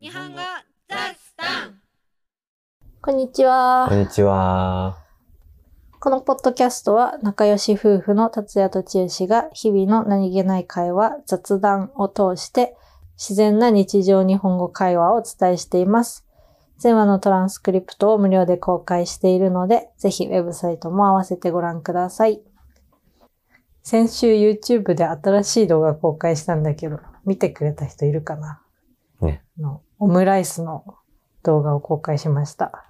日本語ザスタンこんにちはこ。んにちは。このポッドキャストは仲良し夫婦の達也と千代が日々の何気ない会話、雑談を通して自然な日常日本語会話をお伝えしています。全話のトランスクリプトを無料で公開しているので、ぜひウェブサイトも合わせてご覧ください。先週 YouTube で新しい動画公開したんだけど、見てくれた人いるかなねあのオムライスの動画を公開しました。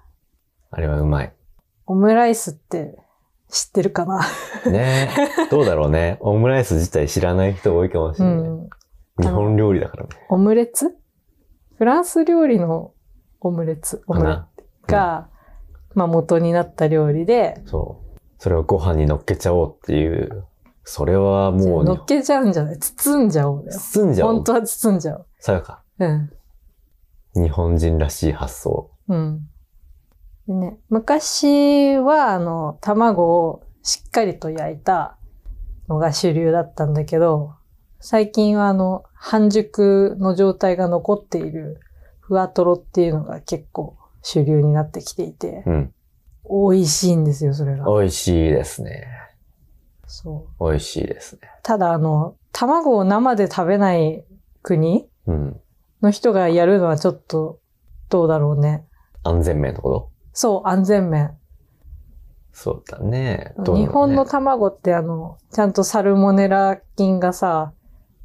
あれはうまい。オムライスって知ってるかな、 ねどうだろうね。オムライス自体知らない人多いかもしうれない。ん、日本料理だからね。オムレツフランス料理のオムレツオかムレな。ツが、まあ元になった料理で、そう。それをご飯に乗っけちゃおうっていう。それはもう乗日っけちゃうんじゃない包んじゃおうだよ。包んじゃお本う当。は包んじゃおう。さよか。うん。日本人らしい発想。うん。でね、昔は、あの、卵をしっかりと焼いたのが主流だったんだけど、最近はあの、半熟の状態が残っているふわとろっていうのが結構主流になってきていて、うん。美味しいんですよ、それが。美味しいですね。そう。美味しいですね。ただあの、卵を生で食べない国うん。の人がやるのはちょっと、どうだろうね。安全面のことそう、安全面。そうだね。どう日な本のね卵ってあの、ちゃんとサルモネラ菌がさ、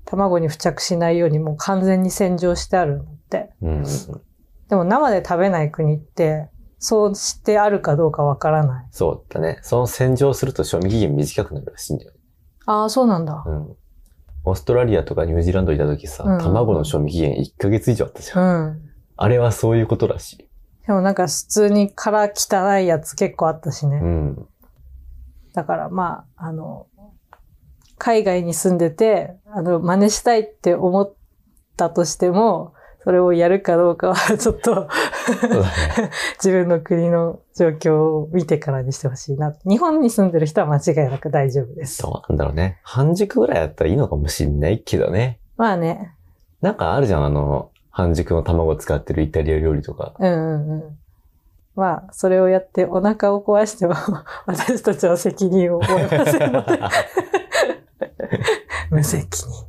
卵に付着しないようにもう完全に洗浄してあるのって。うん。でも生で食べない国って、そうしてあるかどうかわからない。そうだね。その洗浄すると賞味期限短くなるらしいんだよねああ、そうなんだ。うん。オーストラリアとかニュージーランドいた時さ、うん卵の賞味期限1ヶ月以上あったじゃん。うん。あれはそういうことらしい。でもなんか普通に殻汚いやつ結構あったしね。 うん。だからまあ、あの、海外に住んでて、あの、真似したいって思ったとしても、それをやるかどうかはちょっとそうだね。自分の国の状況を見てからにしてほしいな。日本に住んでる人は間違いなく大丈夫です。どうなんだろうね。半熟ぐらいだったらいいのかもしんないけどね。まあね。なんかあるじゃん、あの、半熟の卵使ってるイタリア料理 とか。うんうんうん。まあ、それをやってお腹を壊しても私たちは責任を負えませんの で。無責任。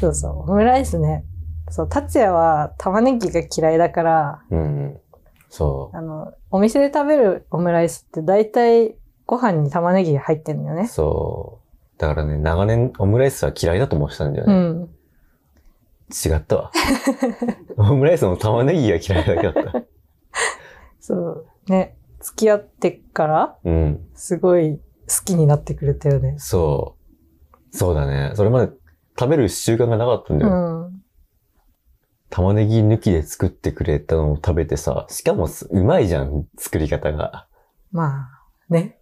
そうそう、オムライスね。そう、達也は玉ねぎが嫌いだから、うん。そあの、お店で食べるオムライスって大体ご飯に玉ねぎが入ってるんだよう。ね。そう。だからね、長年オムライスは嫌いだと思ってたんだようね。ん。違った わ。オムライスの玉ねぎが嫌いだけだった。そう。ね。付き合ってから、うん。すごい好きになってくれたよね。そう。そうだね。それまで食べる習慣がなかったんだうよ。ん。玉ねぎ抜きで作ってくれたのを食べてさ、しかもすうまいじゃん、作り方が。まあ、ね。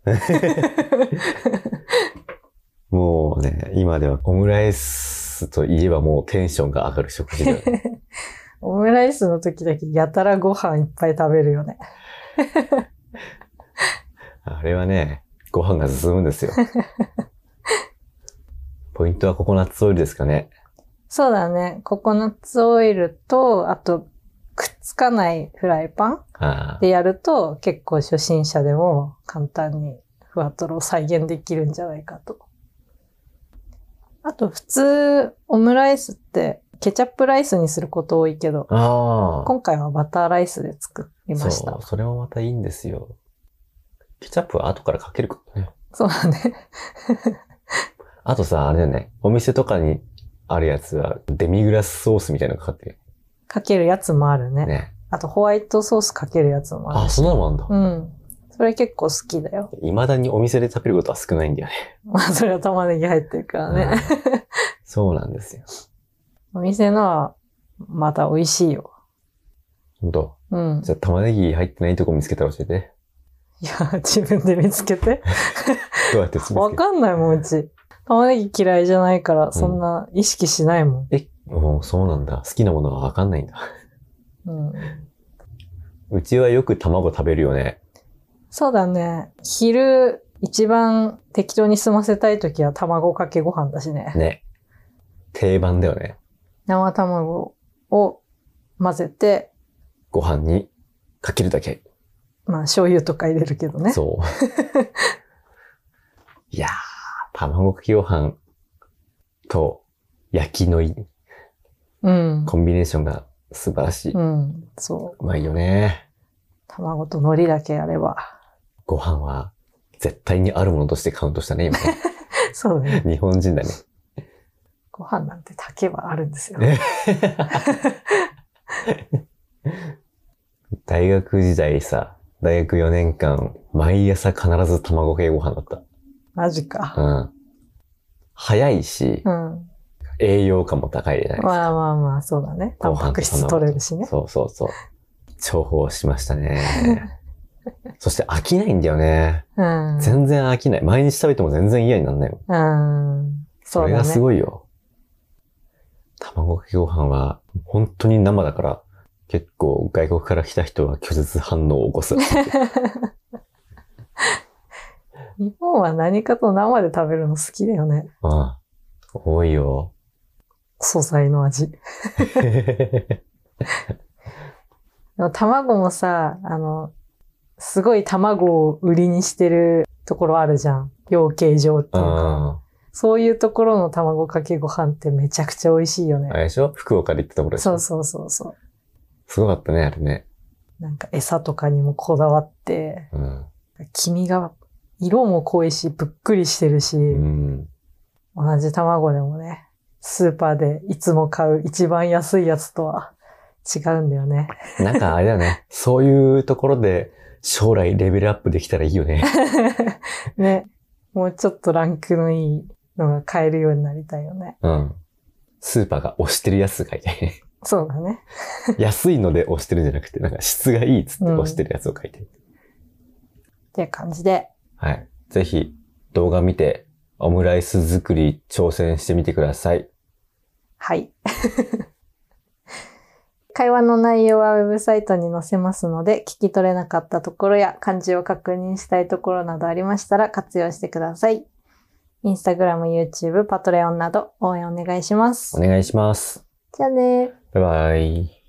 もうね、今ではオムライスといえばもうテンションが上がる食事だよ ね。オムライスの時だけやたらご飯いっぱい食べるよね。あれはね、ご飯が進むんですよ。ポイントはココナッツオイルですかね。そうだね。ココナッツオイルと、あと、くっつかないフライパンああでやると、結構初心者でも簡単にふわとろを再現できるんじゃないかと。あと、普通、オムライスって、ケチャップライスにすること多いけど、ああ。今回はバターライスで作りましそたう、。それもまたいいんですよ。ケチャップは後からかけるからね。そうだね。あとさ、あれだよね。お店とかにあるやつは、デミグラスソースみたいなのかかってるかけるやつもあるね。よね。あと、ホワイトソースかけるやつもああ、るし。そんなのもあんだ。うん。それ結構好きだよ。 未だにお店で食べることは少ないんだよね。まあ、それは玉ねぎ入ってるから ね。うんそうなんですよ。お店のは、また美味しいよ。ほんと。うん。じゃあ玉ねぎ入ってないとこ見つけたら教えて。いや、自分で見つけて。どうやって見つけわかんないもん、うち。玉ねぎ嫌いじゃないから、そんな意識しないもん。え、もうそうなんだ。好きなものはわかんないんだ。うん。うちはよく卵食べるよね。そうだね。昼、一番適当に済ませたい時は卵かけご飯だしね。ね。定番だよね。生卵を、混ぜて、ご飯にかけるだけ。まあ醤油とか入れるけどね。 そう。いやー、卵かけご飯と焼きのいうん。コンビネーションが素晴らしい。ううん。そう。まいよね。卵と海苔だけあれば。 ご飯は絶対にあるものとしてカウントしたね、今ね。 そうね。日本人だね。ご飯なんて炊けばあるんですよ。ね大学時代さ、大学4年間、毎朝必ず卵かけご飯だっマジた。か。うん。早いしう、ん。栄養価も高いじゃないですか。まあまあまあ、そうだね。タンパク質取れるしね。そうそうそう。重宝しました ね。そして飽きないんだよね。うん。全然飽きない。毎日食べても全然嫌になんないもん。うん。そそうれだがすね。ごいよ。卵かけご飯は本当に生だから、結構外国から来た人は拒絶反応を起 こす。日本は何かと生で食べるの好きだよね。ああ多 いよ。素材の味。でも卵もさ、あの、すごい卵を売りにしてるところあるじゃん。養鶏場っていうか。あそういうところの卵かけご飯ってめちゃくちゃ美味しいよあね。あれでしょ福岡で行ったところでしそょうそうそうそう。すごかったね、あれね。なんか餌とかにもこだわって、うん。黄身が色も濃いし、ぷっくりしてるし、うん。同じ卵でもね、スーパーでいつも買う一番安いやつとは違うんだよね。 なんかあれだね。そういうところで将来レベルアップできたらいいよね。ね。もうちょっとランクのいいのが買えるようになりたいよね。うん。スーパーが押してるやつがいて、 そうだね。安いので押してるんじゃなくて、なんか質がいいっつって押してるやつを書いてる。っていう感じで。はい。ぜひ動画見てオムライス作り挑戦してみてください。はい。 会話の内容はウェブサイトに載せますので、聞き取れなかったところや漢字を確認したいところなどありましたら活用してください。インスタグラム、YouTube、パトレオンなど応援お願いしますお。願いします。じゃあねー。バイバイ。